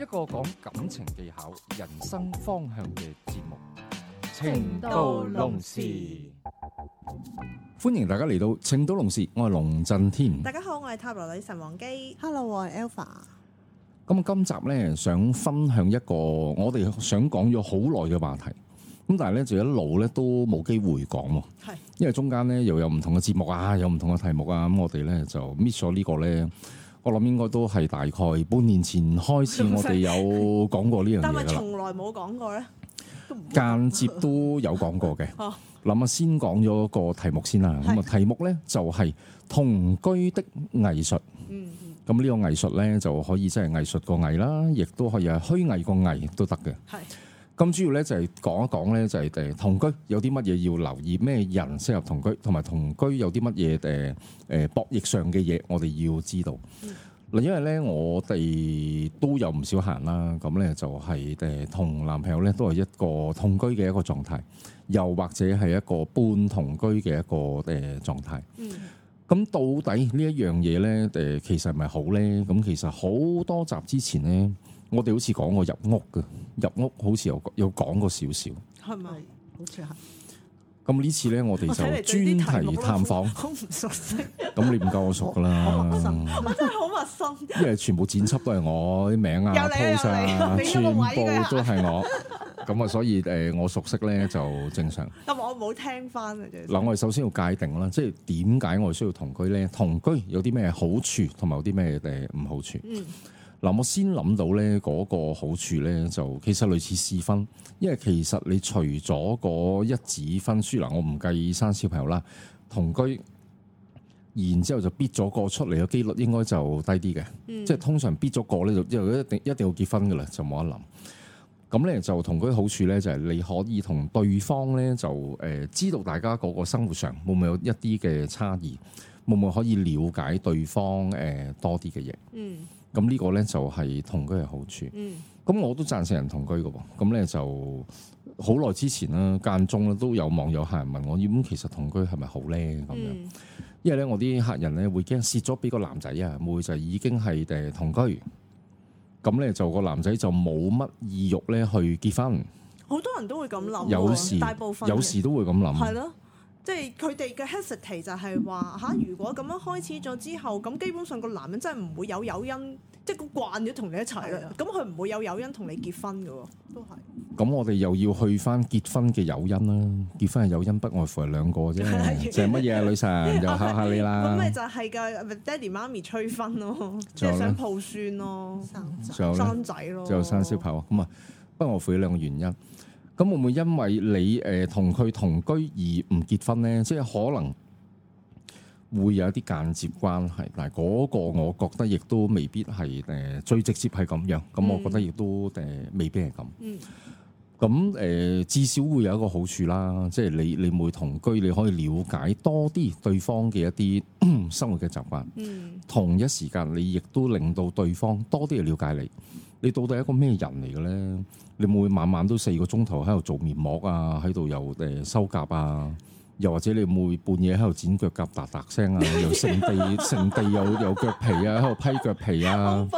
一個講感情技巧、人生方向嘅節目《情到濃時》。歡迎大家嚟到《情到濃時》，我係龍震天。大家好，我係塔羅女神王姬。 Hello，我係 Alpha。咁今集咧想分享一個我哋想講咗好耐嘅話題，咁但係咧就一路咧都冇機會講喎，係因為中間咧又有唔同嘅節目啊，有唔同嘅題目啊，咁我哋咧就 miss 咗呢個咧，我諗應該都係大概半年前開 始我哋有講過呢樣但嘢係噶啦，從來冇講過咧，都唔間接都有講過嘅 哦。諗下先講咗個題目先啦，咁啊題目咧就係、同居的藝術。嗯嗯咁呢個藝術咧就可以即係藝術個藝啦，亦都可以係虛偽個藝都得嘅。係咁主要咧就係講一講咧就係誒同居有啲乜嘢要留意，咩人適合同居，同埋同居有啲乜嘢誒誒博弈上嘅嘢，我哋要知道。嗱，因為咧我哋都有唔少客人啦，咁咧就係誒同男朋友咧都係一個同居嘅一個狀態，又或者係一個半同居嘅一個誒狀態。嗯咁到底呢一樣嘢呢？誒、其實係咪好呢？咁其實好多集之前呢，我哋好似講過入屋嘅，入屋好似有有講過少少。係咪？好似係。咁呢次呢，我哋我就睇嚟對啲專題題目都探訪。好唔熟悉，咁你唔夠我熟㗎 啦，我真係好陌生。因為全部剪輯都係我啲名啊、有你有 pose 啊，全你俾咗個位部佢啊都係我。咁啊，所以誒、我熟悉呢就正 常。但我冇聽翻啊，最嗱，我哋首先要界定啦，即係點解我哋需要同居呢？同居有啲咩好處，同埋有啲咩誒唔好處？嗯嗱，我先諗到咧嗰個好處咧，就其實類似試婚，因為其實你除咗嗰一紙婚書嗱，我唔計生小朋友啦，同居，然之後就逼咗個出嚟嘅機率應該就低啲嘅，嗯即係通常逼咗個咧就就一定一定要結婚噶啦，就冇得諗。咁咧就同居好處咧就係、你可以同對方咧就誒、呃知道大家嗰個生活上會唔會有一啲嘅差異，會唔會可以了解對方誒、呃多啲嘅嘢。嗯咁呢個咧就係同居嘅好處。嗯咁我都贊成人同居嘅喎。咁咧就好耐之前啦，間中咧都有網友客人問我，咁其實同居係咪好咧？咁樣，嗯因為咧我啲客人咧會驚蝕咗俾個男仔啊，會就已經係誒同居。咁咧就個男仔就冇乜意欲咧去結婚，好多人都會咁諗喎，有時大部分有時都會咁係諗。咯。即係佢哋嘅 hesitate 就係話吓，如果咁樣開始咗之後，咁基本上個男人真係唔會有誘因，即係佢慣咗同你一齊係啦啊，咁佢唔會有誘因同你結婚嘅喎。都係咁我哋又要去翻結婚嘅誘因啦。結婚嘅誘因不外乎係兩 個啫，就係乜嘢啊？女神又考下你咁啦咪，就係嘅咪爹哋媽咪催婚咯，即仲有咧係想抱孫咯，生仔，仲有咧生仔咯，就生小朋友咁啊，不外乎有兩個原因。咁會唔會因為你誒同佢同居而唔結婚呢？即係可能會有一啲間接關係，但係嗰個我覺得亦都未必係誒、呃最直接係咁樣。咁我覺得亦都誒、呃未必係咁。嗯咁誒、呃至少會有一個好處啦，即係你你每同居，你可以了解多啲對方嘅一啲 生活嘅習慣。嗯同一時間，你亦都令到對方多啲去了解你。你到底係一個咩人嚟嘅咧？你會唔會晚晚都四個鐘頭喺度做面膜啊，喺度又誒修甲啊，又或者你會唔會半夜喺度剪腳甲嗒嗒聲啊，又成地成地又又腳皮啊，喺度批腳皮啊，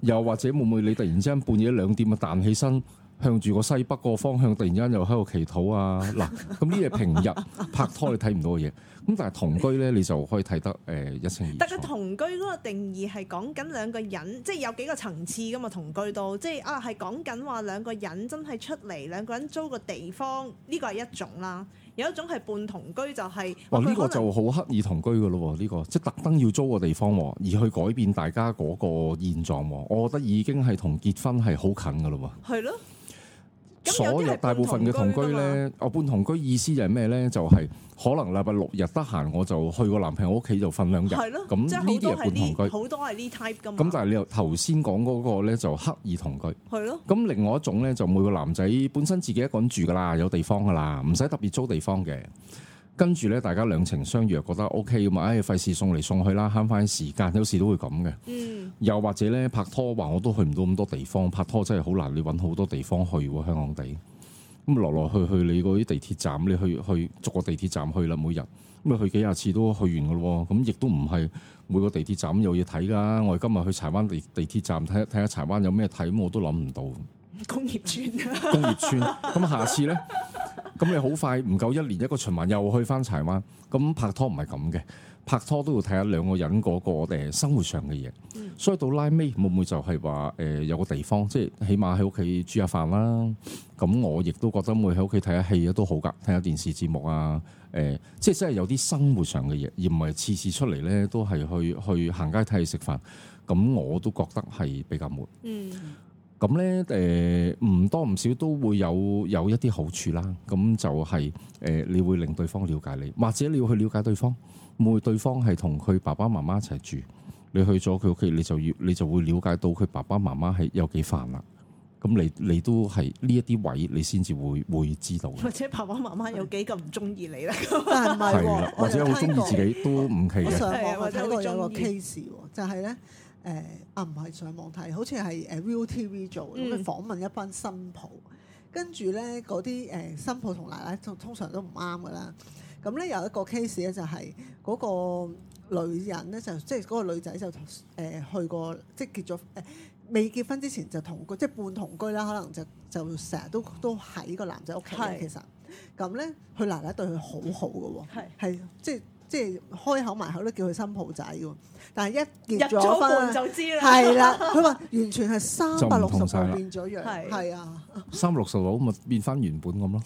又或者會唔會你突然之間半夜兩點啊彈起身？向住個西北個方向，突然間又喺度祈禱啊！嗱，咁呢啲係平日拍拖你睇唔到嘅嘢，咁但係同居咧，你就可以睇得誒、呃一清二楚。但個同居嗰個定義係講緊兩個人，即係有幾個層次噶嘛？同居到即係啊，係講緊話兩個人真係出嚟，兩個人租個地方，呢個係一種啦。有一種係半同居，就係哇！呢、個佢可能就好刻意同居噶咯喎，呢、個即係特登要租個地方喎，而去改變大家嗰個現狀喎。我覺得已經係同結婚係好近噶咯係咯，喎。咁有啲係所有大部分嘅同半同居居㗎嘛咧，我半同居意思就係咩咧？就係、可能禮拜六日得閒，我就去個男朋友屋企就瞓兩日。係啊咯，咁即係呢好啲係多係半同呢居。好多係呢 type 噶咁但嘛，係你又頭先講嗰個咧就刻意同居。係咯，咁另外一種咧，就每個男仔本身自己一個人住噶啦，有地方噶啦，唔使特別租地方嘅。跟住咧，大家兩情相悦，覺得 O K 咁啊，唉、費事送嚟送去啦，慳翻時間，有時都會咁嘅。嗯，又或者咧，拍拖話我都去唔到咁多地方，拍拖真係好難，你揾好多地方去喎，香港地。咁來來去去，你嗰啲地鐵站，你去去逐個地鐵站去啦，每日咁啊去幾廿次都去完噶咯喎。咁亦都唔係每個地鐵站有嘢睇㗎。我哋今日去柴灣地地鐵站睇下睇下柴灣有咩睇，咁我都諗唔到。工業村啊，工業村。咁下次呢，咁你好快唔夠一年一個循環又去翻柴灣。咁拍拖唔係咁嘅，拍拖都要睇下兩個人嗰個誒生活上嘅嘢。所以到拉尾會唔會就係話誒有個地方，即係起碼喺屋企煮下飯啦。咁我亦都覺得會喺屋企睇下戲啊都好㗎，睇下電視節目啊。誒、即係真係有啲生活上嘅嘢，而唔係次次出嚟呢都係去去行街睇戲食飯。咁我都覺得係比較悶。嗯，咁咧誒唔多唔少都會有有一啲好處啦。咁就係、呃你會令對方了解你，或者你要去了解對方。會唔會對方係同佢爸爸媽媽一齊住，你去咗佢屋企，你就要你就會了解到佢爸爸媽媽係有幾煩啦。咁你你都係呢一啲位，你先至會會知道嘅。或者爸爸媽媽有幾咁唔中意 你啦，但係唔係係啦喎，，或者好中意自己。己都唔奇我嘅。上係啊網或我者睇過有個好中意 case 喎，就係咧誒啊，唔係上網睇，好似係誒 ViuTV 做嘅，咁佢嗯訪問一班新抱，跟住咧嗰啲誒新抱同奶奶通通常都唔啱噶啦。咁咧有一個 case 咧就係嗰個女人咧就即係嗰個女仔就誒、去過即係結咗誒。未結婚之前就同居，即係半同居啦，可能就就成日都都喺個男仔屋企嘅係其實。咁咧，佢奶奶對佢好好嘅係喎，係即係即係開口埋口都叫佢新抱仔喎。但係一入結咗咗門婚，啊就知啦， 係啦，佢話完全係三百就唔六十同晒啦度變咗樣，係係 啊，三六十度咁咪變翻原本咁咯，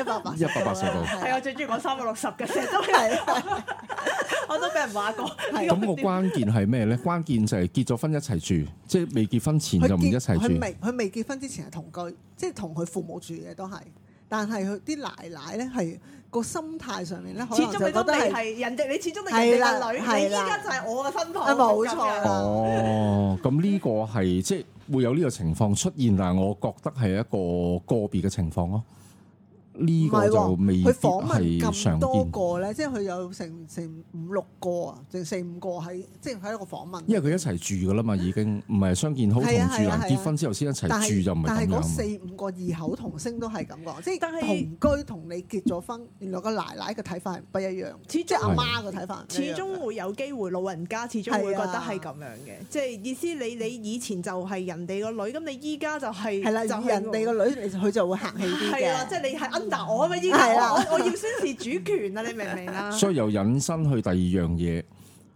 一百八一百八十度。啊係我啊最中意講三百六十嘅，成日都係啊我都俾人話過。係咁個關鍵係咩咧？關鍵就係結咗婚一齊住，即係未結婚前佢就唔結一齊住佢。未佢未結婚之前係同居，即係同佢父母住嘅都係。但係佢啲奶奶咧係個心態上面咧，可始能終就你覺都得未係係人哋，你始終都係人哋係啦嘅女，你係依啦家就係我嘅新抱。啊冇錯咁樣啦哦，咁呢個係即係會有呢個情況出現，但係我覺得係一個個別嘅情況咯。呢、唔個係就喎，未必佢訪問係咁常多見，個咧，即係佢有成成五六個啊，定四五個喺即係喺一個訪問。因為佢一齊住噶啦嘛，已經唔係相見好同住係啊係難，啊係啊結婚之後先一齊但住就係唔係但咁係樣嗰啊嘛。四五個異口同聲都係咁講，即但係係同居同你結咗婚，原來個奶奶嘅睇法係唔一樣，始即係終阿媽嘅睇法唔一樣始嘅。終會有機會，老人家始終會覺啊得係咁樣嘅，即係意思你你以前就係人哋個女，咁你依家就係係啦，就以係人哋個女，你就佢就會客氣啲係啦，即嘅。係你係 under 我啊嘛，依家係啦我我我要宣示主權啊，你明唔明啊？ 所以又引申去第二樣嘢，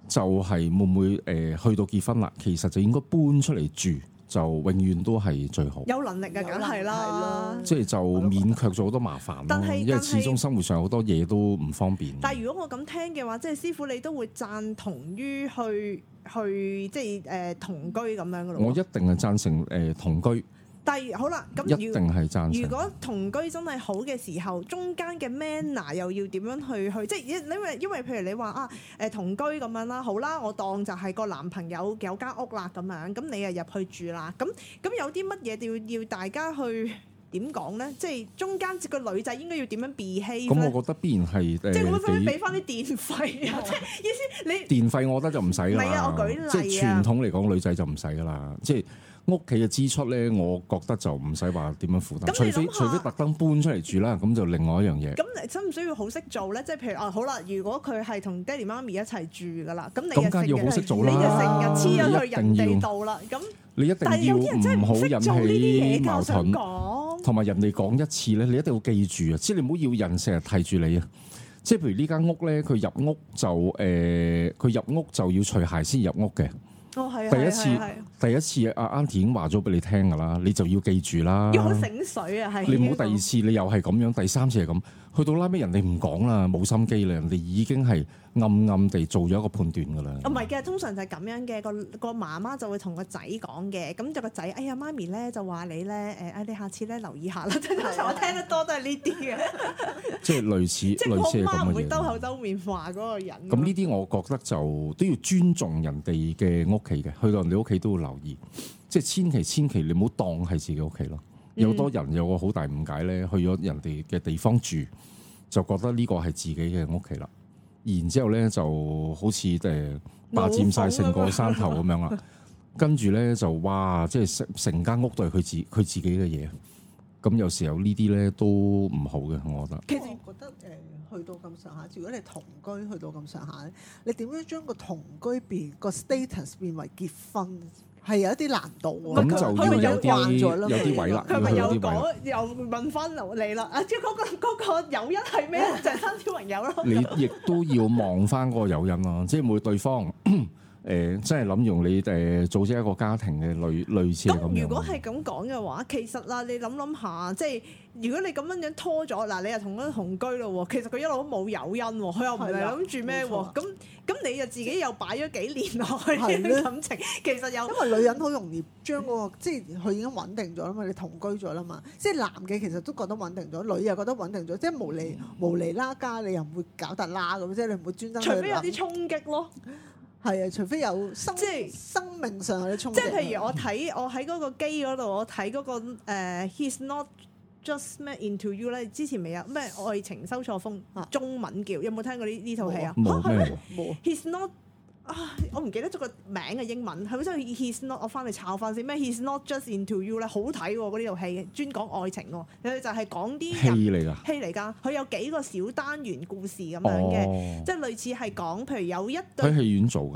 就係會唔會誒、呃去到結婚啦，其實就應該搬出嚟住，就永遠都係最好。有能力嘅梗係啦有能力係咯。即係就免卻咗好多麻煩但咯，係因為但係始終生活上好多嘢都唔方便。但係如果我咁聽嘅話，即係師傅你都會贊同於去去即係誒、呃同居咁樣嘅我咯一喎。定係贊成誒同居，但係好啦，咁一如定係贊如成。果同居真係好嘅時候，中間嘅 manner 又要點樣去去？即係因因為因為譬如你話啊誒同居咁樣啦，好啦，我當就係個男朋友有間屋啦咁樣，咁你又入去住啦，咁咁有啲乜嘢要要大家去點講咧？即係中間個女仔應該要點樣 behave 咁咧？我覺得必然係誒即係會唔會俾幾翻啲電費啊？即係意思你電費，我覺得就唔使㗎唔係啊啦我舉例。啊即係傳統嚟講，女仔就唔使㗎啦。即係屋企嘅支出咧，我覺得就唔使話點樣負擔，咁除你諗非下除非特登搬出嚟住啦，咁就另外一樣嘢。咁你需唔需要好識做咧？即係譬如啊，好啦，如果佢係同爹哋媽咪一齊住噶啦，咁你咁梗就成係要好日識做你就啊啦，成日黐咗你去一定人哋要，度啦。咁你一但係有啲人定要唔真係好唔識做呢引啲嘢起㗎，矛我想盾。講。同埋人哋講一次咧，你一定要記住啊！即係你唔好要人成日提住你啊！即係譬如呢間屋咧，佢入屋就誒，佢、入屋就要除鞋先入屋嘅。哦，係啊，第一係啊次係啊係啊第一次阿 a u n t 已經話咗俾你聽㗎啦，你就要記住啦。要好醒水啊，係你唔好第二次你又係咁樣，第三次係咁，去到拉尾人哋唔講啦，冇心機啦，人哋已經係暗暗地做咗一個判斷㗎啦。哦唔係嘅，通常就係咁樣嘅，個個媽媽就會同個仔講嘅，咁就個仔，哎呀媽咪咧就話你咧，誒、哎你下次咧留意下啦，即係啊通 常我聽得多都係呢啲嘅，即係類似即係類似係我咁媽唔嘅會嘢。兜口兜面話嗰個人。咁呢啲我覺得就都要尊重人哋嘅屋企嘅，去到人哋屋企都要留意，即係千祈千祈你唔好當係自己屋企咯。有好多人有個好大誤解咧，去咗人哋嘅地方住，就覺得呢個係自己嘅屋企啦。然之後咧就好似誒霸佔晒成啊個 山頭咁樣啦，跟住咧就哇，即係成成間屋都係佢自佢自己嘅嘢。咁有時候呢啲咧都唔好嘅，我覺得。其實我覺得誒、去到咁上下，如果你同居去到咁上下咧，你點樣將個同居變個 status 變為結婚，係有一啲難度喎。咁就因為要有啲慣咗啦有啲位啦，佢咪要有又啲位啦。講又問翻你啦，啊即係嗰個 嗰個誘因係咩？啊就係生小朋友咯。你亦都要望翻嗰個誘因咯， 即係每對方 誒、真係諗用你誒組織一個家庭嘅類類似係咁咁樣。如果係咁講嘅話，其實啦，你諗諗下，即係如果你咁樣樣拖咗，嗱，你又同佢同居咯喎，其實佢一路都冇誘因喎，佢又唔係係啦諗住咩冇錯喎，咁咁你又自己又擺咗幾年落去係呢咧啲感情，其實又因為女人好容易將嗰、個即係佢已經穩定咗啦嘛，你同居咗啦嘛，即係男嘅其實都覺得穩定咗，女又覺得穩定咗，即係無厘嗯無厘啦家，你又唔會搞特啦咁，即係你唔會專登去除非有諗啲衝擊咯。係啊，除非有生即係生命上有啲衝擊。即啊係譬如我睇我喺嗰個機嗰度，我睇嗰、個、呃 He's Not Just 咩 Into You 咧，之前未有咩愛情收錯風，啊中文叫有冇聽過呢呢套戲啊？冇嚇係咩咩冇 He's Not 啊，我唔記得咗個名嘅英文，係咪真係 He's Not？我翻嚟抄翻先咩？He's Not Just Into You 咧，好睇喎！嗰呢套戲專講愛情喎，佢就係講啲人戲嚟㗎？戲嚟㗎，佢有幾個小單元故事咁樣嘅，哦，即係類似係講譬如有一對喺戲院做㗎，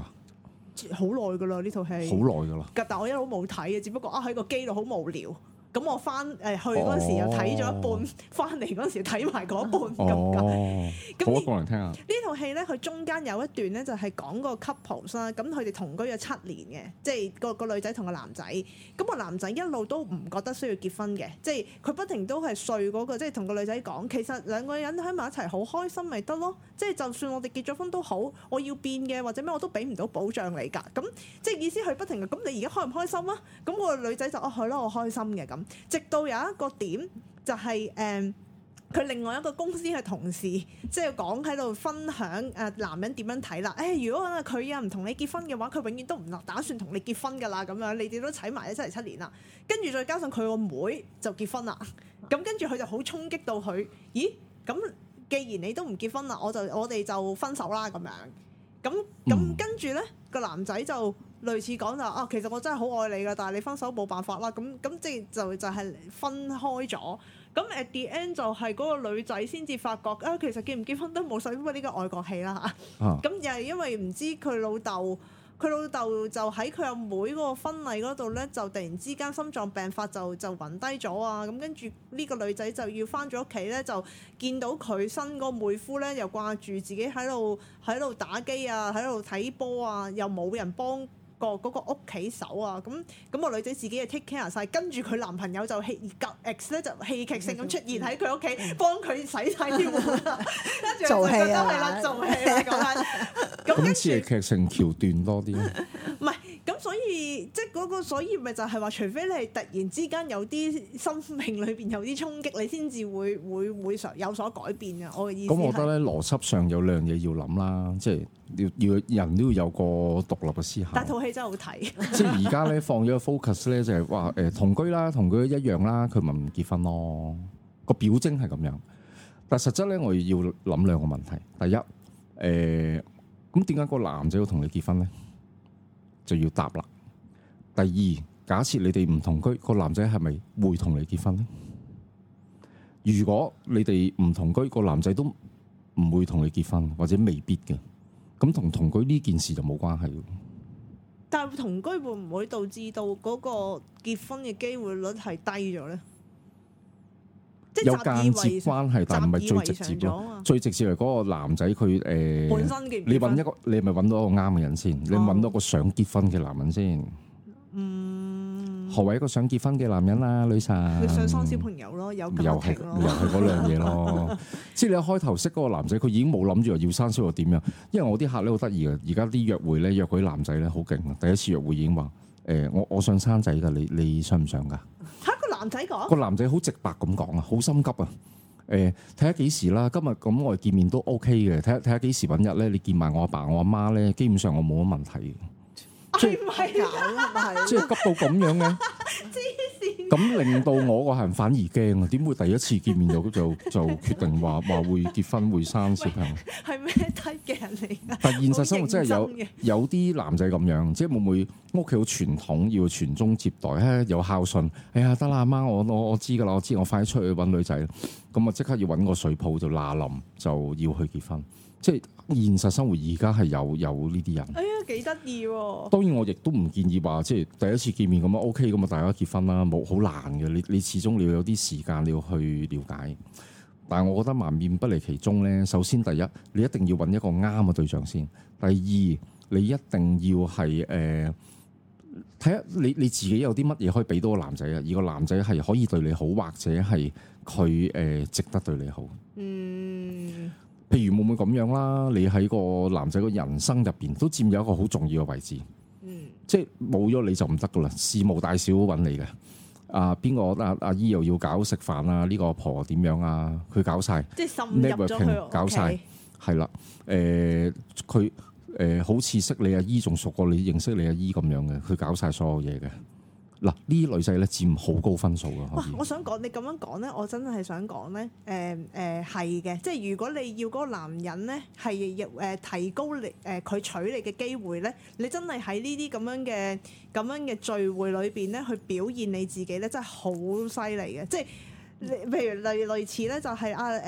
好好耐㗎啦呢套戲，耐㗎啦。㗎但我一路冇睇嘅，只不過啊喺個機度好無聊。咁我翻誒、去嗰陣時又睇咗一半，翻嚟嗰陣時睇埋嗰一半咁㗎。哦，咁好呢啊，過嚟聽下。呢套戲咧，佢中間有一段咧就係講個 couples 啦，咁佢哋同居咗七年嘅，即係個個女仔同個男仔。咁個男仔一路都唔覺得需要結婚嘅，即係佢不停都係睡嗰、個，即係同個女仔講，其實兩個人喺埋一齊好開心咪得咯。即係就算我哋結咗婚都好，我要變嘅或者咩我都俾唔到保障你㗎。咁即係意思佢不停嘅，咁你而家開唔開心啊？咁、個女仔就哦係咯，我開心嘅咁。直到有一個點就係、誒。佢另外一個公司嘅同事，即係講喺度分享誒、呃男人點樣睇啦。誒、如果佢啊唔同你結婚嘅話，佢永遠都唔打算同你結婚㗎啦。咁樣你哋都睇埋一齊七年啦，跟住再加上佢個妹就結婚啦。咁跟住佢就好衝擊到佢，咦？咁既然你都唔結婚啦，我就我哋就分手啦咁樣。咁嗯咁跟住呢個男仔就類似講就啊，其實我真係好愛你㗎，但係你分手冇辦法啦。咁咁即係就就係分開咗。咁 at the end 就係嗰個女仔先至發覺啊，其實結唔結婚都冇所謂，因為呢個外國戲啦嚇。啊，咁又係因為唔知佢老豆，佢老豆就喺佢阿妹嗰個婚禮嗰度咧，就突然之間心臟病發就就暈低咗啊！咁跟住呢個女仔就要翻咗屋企咧，就見到佢新嗰個妹夫咧，又掛住自己喺度喺度打機啊，喺度睇波啊，又冇人幫。個嗰個屋企手啊，咁咁、個女仔自己係 take care 晒，跟住佢男朋友就戲 ex 咧就戲劇性咁出現喺佢屋企，幫佢洗晒啲碗啊，跟住做我就覺戲得啊係啦，做戲啦咁樣。咁今跟次係住，嗯劇情橋段多啲。咁所以即係嗰個，所以咪就係話，除非你係突然之間有啲生命裏邊有啲衝擊，你先至會 會會上有所改變啊！我嘅意思咁我覺係，得咧邏輯上有兩樣嘢要諗啦，即係要要人都要有個獨立嘅思考。但套戲真係好睇， 即係而家咧放咗個 focus 咧，就係話誒同居啦，同居一樣啦，佢咪唔結婚咯？個表徵係咁樣，但實質咧，我要諗兩個問題。第一，誒咁點解個男仔要同你結婚咧？就要答啦。第二，假設你哋唔同居，個男仔係咪會同你結婚咧？如果你哋唔同居，個男仔都唔會同你結婚，或者未必嘅。咁同同居呢件事就冇關係喎。但係同居會唔會導致到嗰個結婚嘅機會率係低咗咧？即有係習以間接為常，關係，但唔係習以為最直常接咗咯。啊嘛！最直接係嗰個男仔佢本誒，身嘅你揾一個，你咪揾到一個啱嘅人先，你咪哦揾到一個想結婚嘅男人先。嗯，何為一個想結婚嘅男人啦，女神？佢想生小朋友咯，有又家係庭又咯，係嗰兩嘢 咯。即係你一開頭識嗰個男仔，佢已經冇諗住話要生小又點樣。因為我啲客咧好得意嘅，而家啲約會咧約嗰啲男仔咧好勁啊！第一次約會已經話誒、我我想生仔㗎，你你想唔想㗎？嚇個男仔講個男仔好直白咁講啊，好心急啊！誒睇下幾時啦，今日咁我哋見面都 OK 嘅，睇下睇下幾時揾日咧，你見埋我阿爸我阿媽咧，基本上我冇乜問題嘅。即係哎係 咪搞 係咪即係急到咁樣嘅，咁令到我個人反而驚啊！點會第一次見面就就就決定話話會結婚會生小朋友？係咩 低嘅人嚟㗎？但現實生活真係啊好有認真嘅有啲男仔咁樣，即係會唔會屋企好傳統，要傳宗接代，唉有孝順，哎呀得啦，阿媽我我我知㗎啦，我知我快啲出去揾女仔啦，咁啊即刻要揾個水泡就嗱冧就要去結婚，即係現實生活而家係有有呢啲人。哎呀，幾得意喎！當然我亦都唔建議話，即係第一次見面咁啊 OK 咁啊，大家結婚啦，冇好難嘅。你你始終你要有啲時間你要去了解。但係我覺得萬變不離其宗呢。首先第一，你一定要揾一個啱嘅對象先。第二，你一定要係誒。呃睇下你你自己有啲乜嘢可以俾到個男仔啊？而個男仔係可以對你好，或者係佢誒值得對你好。嗯，譬如會唔會咁樣啦？你喺個男仔個人生入邊都佔有一個好重要嘅位置。嗯，即係冇咗你就唔得噶啦，事無大小都揾你嘅。啊，邊個啊阿姨又要搞食飯啊？呢、個阿婆點樣啊？佢搞晒，即係滲入咗 Networking，佢搞晒晒。係啦，誒佢誒好似識你阿姨仲熟過你認識你阿姨咁樣嘅，佢搞晒所有嘢嘅。嗱，呢啲女仔咧佔好高分數嘅，哇可！我以想講你咁樣講咧，我真係想講咧，誒誒係嘅，即係如果你要嗰個男人咧係亦誒提高你誒佢娶你嘅機會咧，你真係喺呢啲咁樣嘅咁樣嘅聚會裏邊咧，去表現你自己咧，真係好犀利嘅，即係你譬如類類似咧，就係啊誒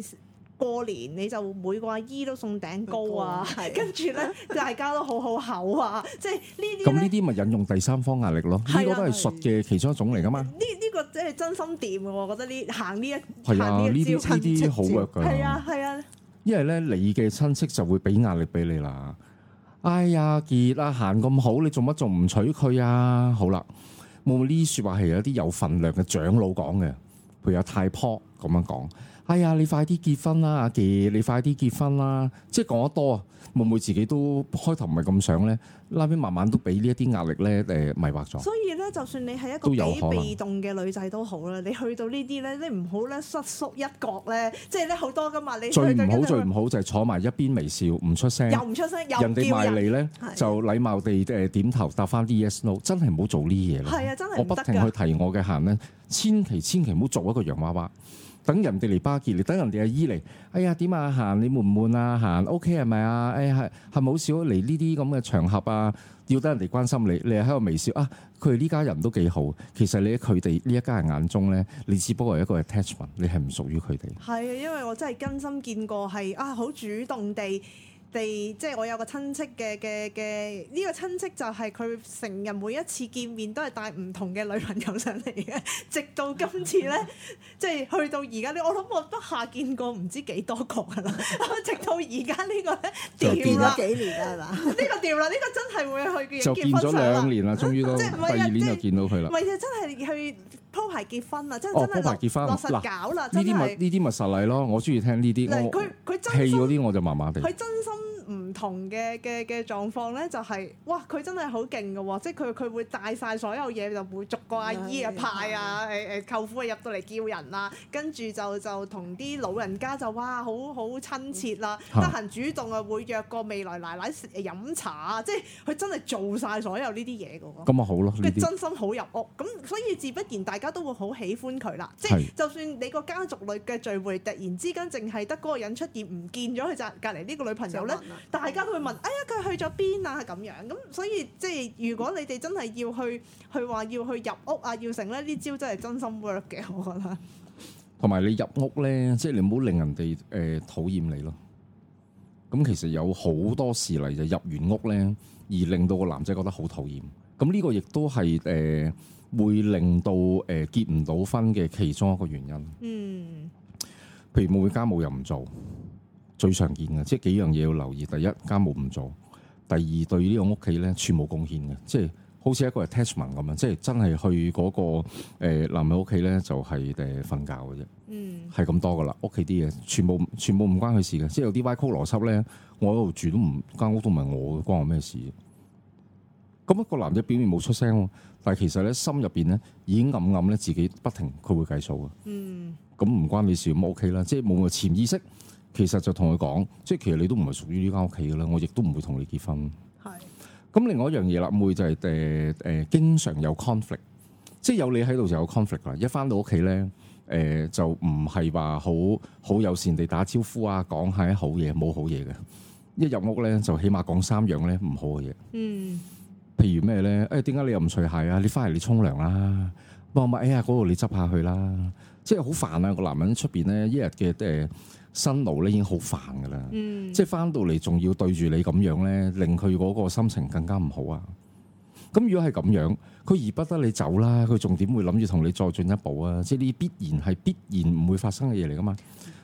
誒。過年你就每個阿姨都送頂糕啊係，跟住咧大家都好好口啊，即係呢啲咁咧呢啲咪引用第三方壓力咯？呢係啊個啦都係術嘅其中一種嚟噶嘛。呢呢個真係真心掂嘅，我覺得呢行呢一係啊，行呢呢一啲招呢啲好 work 㗎。係啊係啊，因為咧你嘅親戚就會俾壓力俾你啦。哎呀，傑啊，行咁好，你做乜仲唔娶佢啊？好啦，會唔會呢啲説話係有啲有份量嘅長老講嘅，譬如有太婆咁樣講。哎呀，你快啲結婚啦，阿傑，你快啲結婚啦！即係講得多啊，會唔會自己都開頭唔係咁想咧？拉尾慢慢都俾呢一啲壓力咧，誒迷惑咗。所以咧，就算你係一哦都有個幾可能被動嘅女仔都好啦，你去到呢啲咧，你唔好咧失縮一角咧，即係咧好多噶嘛，你去最到唔好跟住最唔好就係坐埋一邊微笑唔出聲，又唔出聲，又人唔哋叫埋人，嚟咧係就禮貌地誒點頭答翻啲 yes no，真係唔好做呢啲嘢啦。係啊，真係我唔不得停去㗎。提我嘅客人咧，千祈千祈唔好做一個洋娃娃。等人哋嚟巴結你，等人哋阿姨嚟，哎呀點啊行，你悶唔悶啊行？OK 係咪啊？哎係係咪好少嚟呢啲咁嘅場合啊？要得人哋關心你，你係喺度微笑啊！佢哋呢家人都幾好，其實你喺佢哋呢一家人眼中咧，你只不過係一個 attachment，你係唔屬於佢哋。係啊，因為我真係真心見過係啊，好主動地。地即係我有個親戚嘅嘅嘅呢個親戚就係佢成日每一次見面都係帶唔同嘅女朋友上嚟嘅， 直到今次咧， 即係去到而家咧，我諗我不下見過唔知幾多個噶啦， 直到而家呢個咧就掂掂咗啦，幾年啦係嘛？呢個掂啦，呢個真係會去就結見婚咗相啦兩，年啦，終於都 即第係唔係啊二年就即係見到佢啦唔。係啊，真係去鋪排結婚啊啦，真哦係鋪排真係落結婚落嗱實搞啦，呢啊真啲咪係呢啲咪實例咯，我中意聽呢啲。嗱我佢佢真戲心嗰。啲我就麻麻地。佢真心唔同嘅嘅嘅狀況咧，就係、哇！佢真係好勁嘅喎，即係佢佢會帶晒所有嘢，就會逐個阿姨啊係派啊，誒誒舅父啊入到嚟叫人啦，跟住就就同啲老人家就哇好好親切啦，嚇得閒主動啊會約個未來奶奶食飲茶啊，即係佢真係做晒所有呢啲嘢嘅喎。咁咪好咯，呢佢啲。真心好入屋，咁所以自不然大家都會好喜歡佢啦。即係係就算你個家族類嘅聚會，突然之間淨係得嗰個人出現，唔見咗佢就隔離呢個女朋友咧就，問啦大家都會問：哎呀，佢去咗邊啊？咁樣咁，所以即係如果你哋真係要去去話要去入屋啊，要成咧呢招真係真心 work 嘅，我覺得。同埋你入屋咧，即係你唔好令人哋誒、呃、討厭你咯。咁其實有好多事例就入完屋咧，而令到個男仔覺得好討厭。咁呢個亦都係誒會令到誒、呃、結唔到婚嘅其中一個原因。嗯，譬如會唔會家務又唔做，最常見嘅，即係幾樣嘢要留意。第一，家務唔做；第二，對呢個屋企咧全無貢獻嘅，即係好似一個 attachment 咁樣，即係真係去嗰、個、呃、男人屋企咧，就係誒瞓覺嘅啫，嗯，係咁多噶啦。屋企啲嘢全部全部唔關佢事嘅，即係有啲歪曲邏輯咧，我喺度住都唔間屋都唔係我嘅，關我咩事？咁、個男仔表面冇出聲喎，但係其實咧心入邊咧已經暗暗咧自己不停佢會計數嘅。嗯，咁唔關你事咁 OK 啦，即係冇個潛意識，其實就同佢講，即係其實你都唔係屬於呢間屋企噶啦，我亦都唔會同你結婚。係，咁另外一樣嘢啦，妹就係誒誒，經常有 conflict，即係有你喺度就有 conflict 啦。一翻到屋企咧，誒、就唔係話好好友善地打招呼啊，講下啲好嘢，冇好嘢嘅。一入屋咧就起碼講三樣咧唔好嘅嘢。嗯，譬如咩咧？誒點解你又唔除鞋啊？你翻嚟你沖涼啦，幫我買哎呀嗰度你執下去啦，即係好煩啊！個男人出邊咧一日嘅誒辛勞咧已經好煩噶啦，嗯，即係翻到嚟仲要對住你咁樣咧，令佢嗰個心情更加唔好啊！咁如果係咁樣，佢而不得你走啦，佢仲點會諗住同你再進一步啊？即係呢必然係必然唔會發生嘅嘢嚟噶嘛，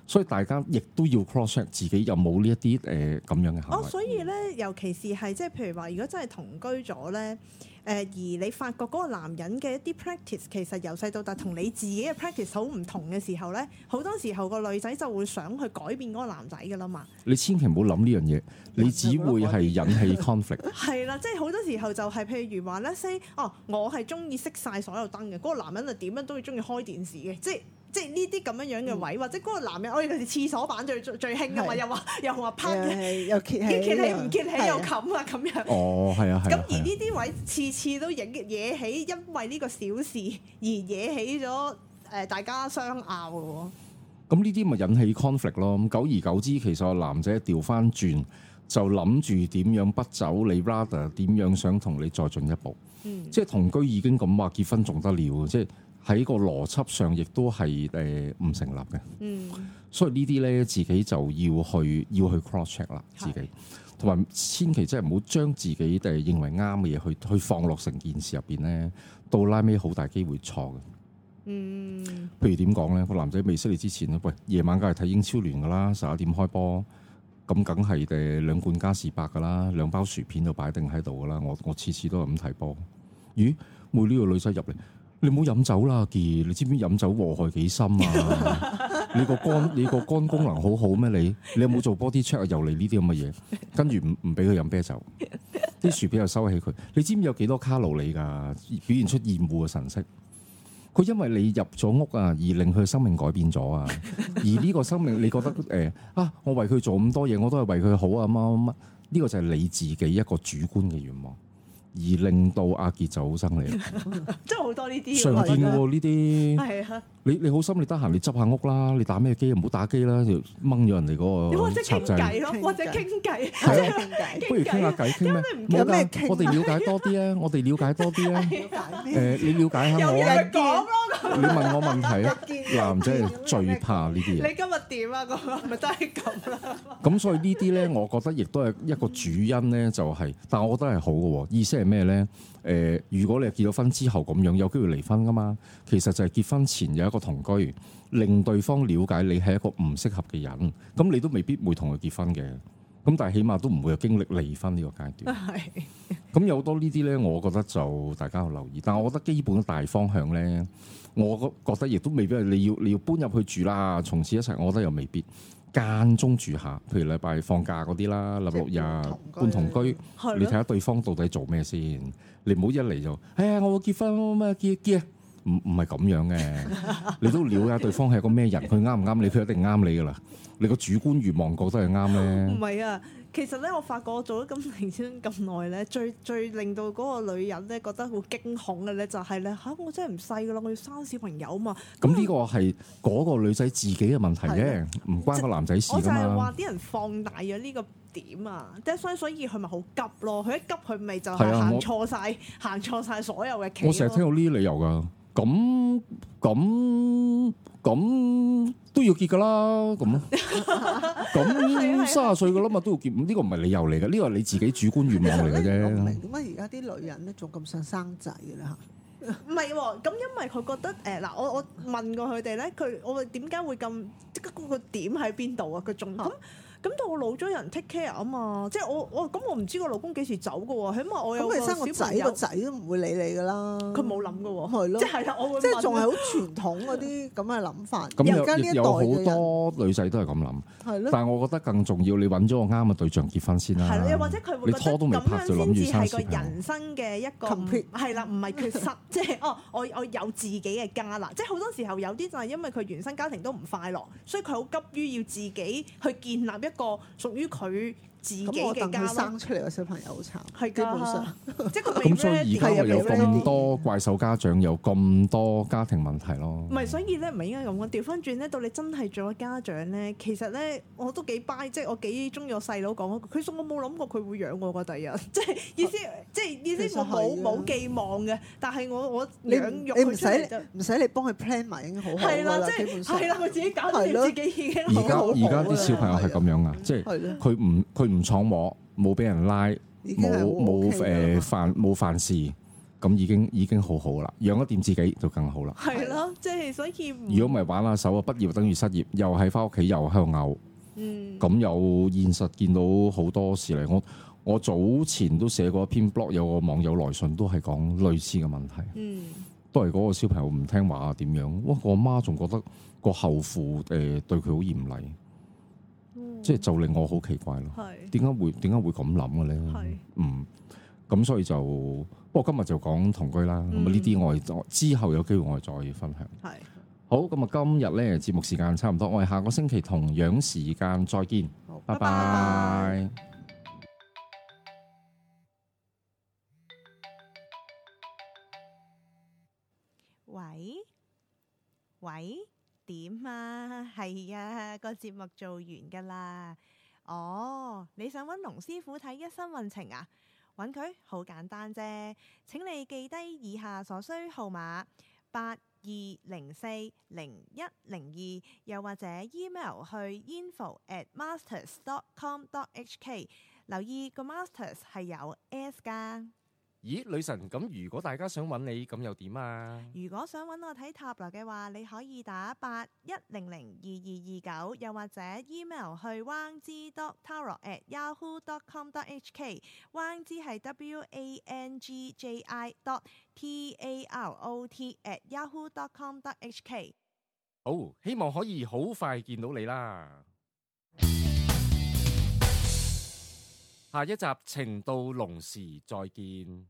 所以大家亦都要 cross check 自己有冇呢一啲誒咁樣嘅行哦，為。所以咧，尤其是係即係譬如話，如果真係同居咗咧，誒、而你發覺嗰個男人嘅一啲 practice 其實由細到大同你自己嘅 practice 好唔同嘅時候咧，好多時候個女仔就會想去改變嗰個男仔噶啦 嘛。你千祈唔好諗呢樣嘢，你 只會係引起 conflict。係啦，即係好多時候就係譬如話咧，say 哦，我係中意熄晒所有燈嘅，嗰、個男人就點樣都會中意開電視嘅，即係。即係呢啲咁樣樣嘅位，或者嗰個男人，我哋佢哋廁所板最最最興啊嘛，嗯係又話又話拍嘅，誒又揭 揭起，揭起唔揭起又係啊冚啊咁樣。哦，係啊，係咁啊，而係啊呢啲位次次都引惹起，因為呢個小事而惹起咗誒、呃大家相拗嘅喎。咁呢啲咪引起 conflict 咯。咁久而久之，其實個男仔調翻轉就諗住點樣不走你 rather，點樣想同你再進一步。嗯即係同居已經咁話結婚仲得了，即係喺個邏輯上亦都係誒唔成立嘅。嗯所以呢啲咧，自己就要去要去 cross check 啦，自係己同埋千祈真係唔好將自己誒呃認為啱嘅嘢去去放落成件事入邊咧，到拉尾好大機會錯嘅。嗯譬如點講咧？個男仔未識你之前咧，喂，夜晚梗係睇英超聯噶啦，十一點開波，咁梗係誒兩罐加士伯噶啦，兩包薯片就擺定喺度噶啦。我我次次都係咁睇波。咦？妹呢個女仔入嚟，你唔好飲酒啦，傑！你知唔知飲酒禍害幾深啊？你個肝你個肝功能好好咩？你你有冇做 body check 啊？又嚟呢啲咁嘅嘢，跟住唔唔俾佢飲啤酒，啲薯片又收起佢。你知唔知有幾多卡路里㗎？表現出厭惡嘅神色。佢因為你入咗屋啊，而令佢生命改變咗 啊，而呢個生命你覺得誒、啊，我為佢做咁多嘢，我都係為佢好啊乜乜乜，呢個就係你自己一個主觀嘅願望，而令到阿傑就好生你啦，真係好多呢啲常見喎。喎呢啲，係啊，你你好心你得閒你執下屋啦，你打咩機唔好打機啦，就掹咗人哋你嗰或個者哦插傾掣，偈咯，或者傾偈，係啊傾偈不如傾下偈傾咩？有冇咩㗎，傾我哋了解多啲 啊，我哋了解多啲啊， 了解誒、 咩？你了解下又我要啊，佢講咯。你問我問題啊，見男仔係最怕呢啲嘢。你今日點啊？咁啊咪真係咁啦。咁所以呢啲咧，我覺得亦都係一個主因咧，就係、但係我覺得係好嘅喎。意思係咩咧？誒、呃如果你係結咗婚之後咁樣，有機會離婚噶嘛。其實就係結婚前有一個同居，令對方了解你係一個唔適合嘅人，咁你都未必會同佢結婚嘅。咁但係起碼都唔會有經歷離婚呢個階段。 係咁有好多呢啲咧，我覺得就大家要留意。但係我覺得基本嘅大方向咧，我覺覺得亦都未必係你要你要搬入去住啦，從此一齊，我覺得又未必。間中住下，譬如禮拜放假嗰啲啦，禮拜六即係日半半同同居居，係你睇咯，下對方到底做咩先。你唔好一嚟就，哎呀，我會結婚乜乜結結啊，唔唔係咁樣嘅。你都了解對方係個咩人，佢啱唔啱你，佢一定啱你噶啦。你個主觀願望覺得係啱唔咧，係啊。其實咧，我發覺我做咗咁零先咁耐咧，最最令到嗰個女人咧覺得好驚恐嘅咧，就係咧嚇我真係唔細噶啦，我要生小朋友嘛。咁呢個係嗰個女仔自己嘅問題啫，唔關個男仔事我噶就係嘛話。啲人放大咗呢個點啊，即係所以所以佢咪好急咯，佢一急佢咪就係係啊行我錯晒，行錯晒所有嘅棋咯。我成日聽到呢啲理由噶，咁咁咁都要結噶啦，咁咁三十歲噶啦嘛都要結，呢個唔係理由嚟嘅，呢個係你自己主觀願望嚟嘅我唔啫明。點解而家啲女人咧仲咁想生仔嘅咧嚇？唔係喎，咁因為佢覺得誒嗱、我我問過佢哋咧，佢我話點解會咁即係嗰個點喺邊度啊？佢仲咁咁但我老咗有人 take care 啊嘛，即係我我咁我唔知個老公幾時走噶喎，起碼我有咁個你生小個朋仔，個友，仔都唔會理你噶啦。佢冇諗噶喎，係咯即，係啦，啊我會即係問仲係啦好傳統嗰啲咁嘅諗法。咁而家呢一有代有嘅人好多女仔都係咁諗，係咯，但係我覺得更重要，你揾咗個啱嘅對象結婚先啦。係啦，又或者佢會啊你覺拖得都未咁拍樣就諗先住至生係小個朋友人生嘅一個 Complete 係啦，唔係缺 失，即係哦，我我有自己嘅家啦。即係好多時候有啲就係因為佢原生家庭都唔快樂，所以佢好急於要自己去建立一個屬於佢自己咁我嘅等家佢咯。生出嚟個小朋友好慘，係㗎基本上即係佢未咁所以 ready 而家咪我有係啊咁多怪獸家長，有咁多家庭問題咯唔。係，所以咧唔係應該咁講。調翻轉咧，到你真係做咗家長咧，其實咧我都幾 buy，即係我幾中意我細佬講嗰句。佢實我冇諗過佢會養我個第日， 即係意思，即係意啊其思實我冇係冇嘅寄望嘅。但係我我你養唔育你唔佢出嚟就使唔使你幫佢 plan 埋已經好好係㗎啦，啦，即基本係上係啦，佢自己搞係掂咯自己已經而家好好而好家啲小朋友係咁樣噶，即係係咯，佢唔佢唔闖禍，冇俾人拉，已經冇係冇好 OK 啊㗎誒啦犯冇犯事，咁已經已經好好啦。養得掂自己就更好啦。係咯，即係所以唔如果唔係玩下手啊，畢業等於失業，又係翻屋企又喺度嘔。嗯咁有現實見到好多事嚟，我我早前都寫過一篇 blog，有個網友來信都係講類似嘅問題，嗯都係嗰個小朋友唔聽話啊點樣？哇！我媽仲覺得個後父誒、呃、對佢好嚴厲，嗯即係就令我好奇怪咯。係點解會點解會咁諗嘅咧係？嗯，咁所以就不過今日就講同居啦。咁啊嗯呢啲我哋我之後有機會我哋再分享。係好，咁啊今日咧節目時間差唔多，我哋下個星期同樣時間再見好，拜拜拜拜。喂喂，點啊？ 係啊，個節目做完噶啦。哦，你想揾龍師傅睇一生運程啊？揾佢好簡單啫。請你記低以下所需號碼：八二零四零一零二，又或者 email 去 info at masters dot com dot hk。留意個 masters 係有 s 㗎。咦，女神，咁如果大家想揾你，咁又點啊？如果想揾我睇塔羅嘅話，你可以打八一零零二二二九，又或者 email 去 wang z dot tarot at yahoo dot com dot hk。wang z 係 w a n g j i dot t a r o t at yahoo dot com dot hk。好，希望可以好快見到你啦。下一集情到濃時再見。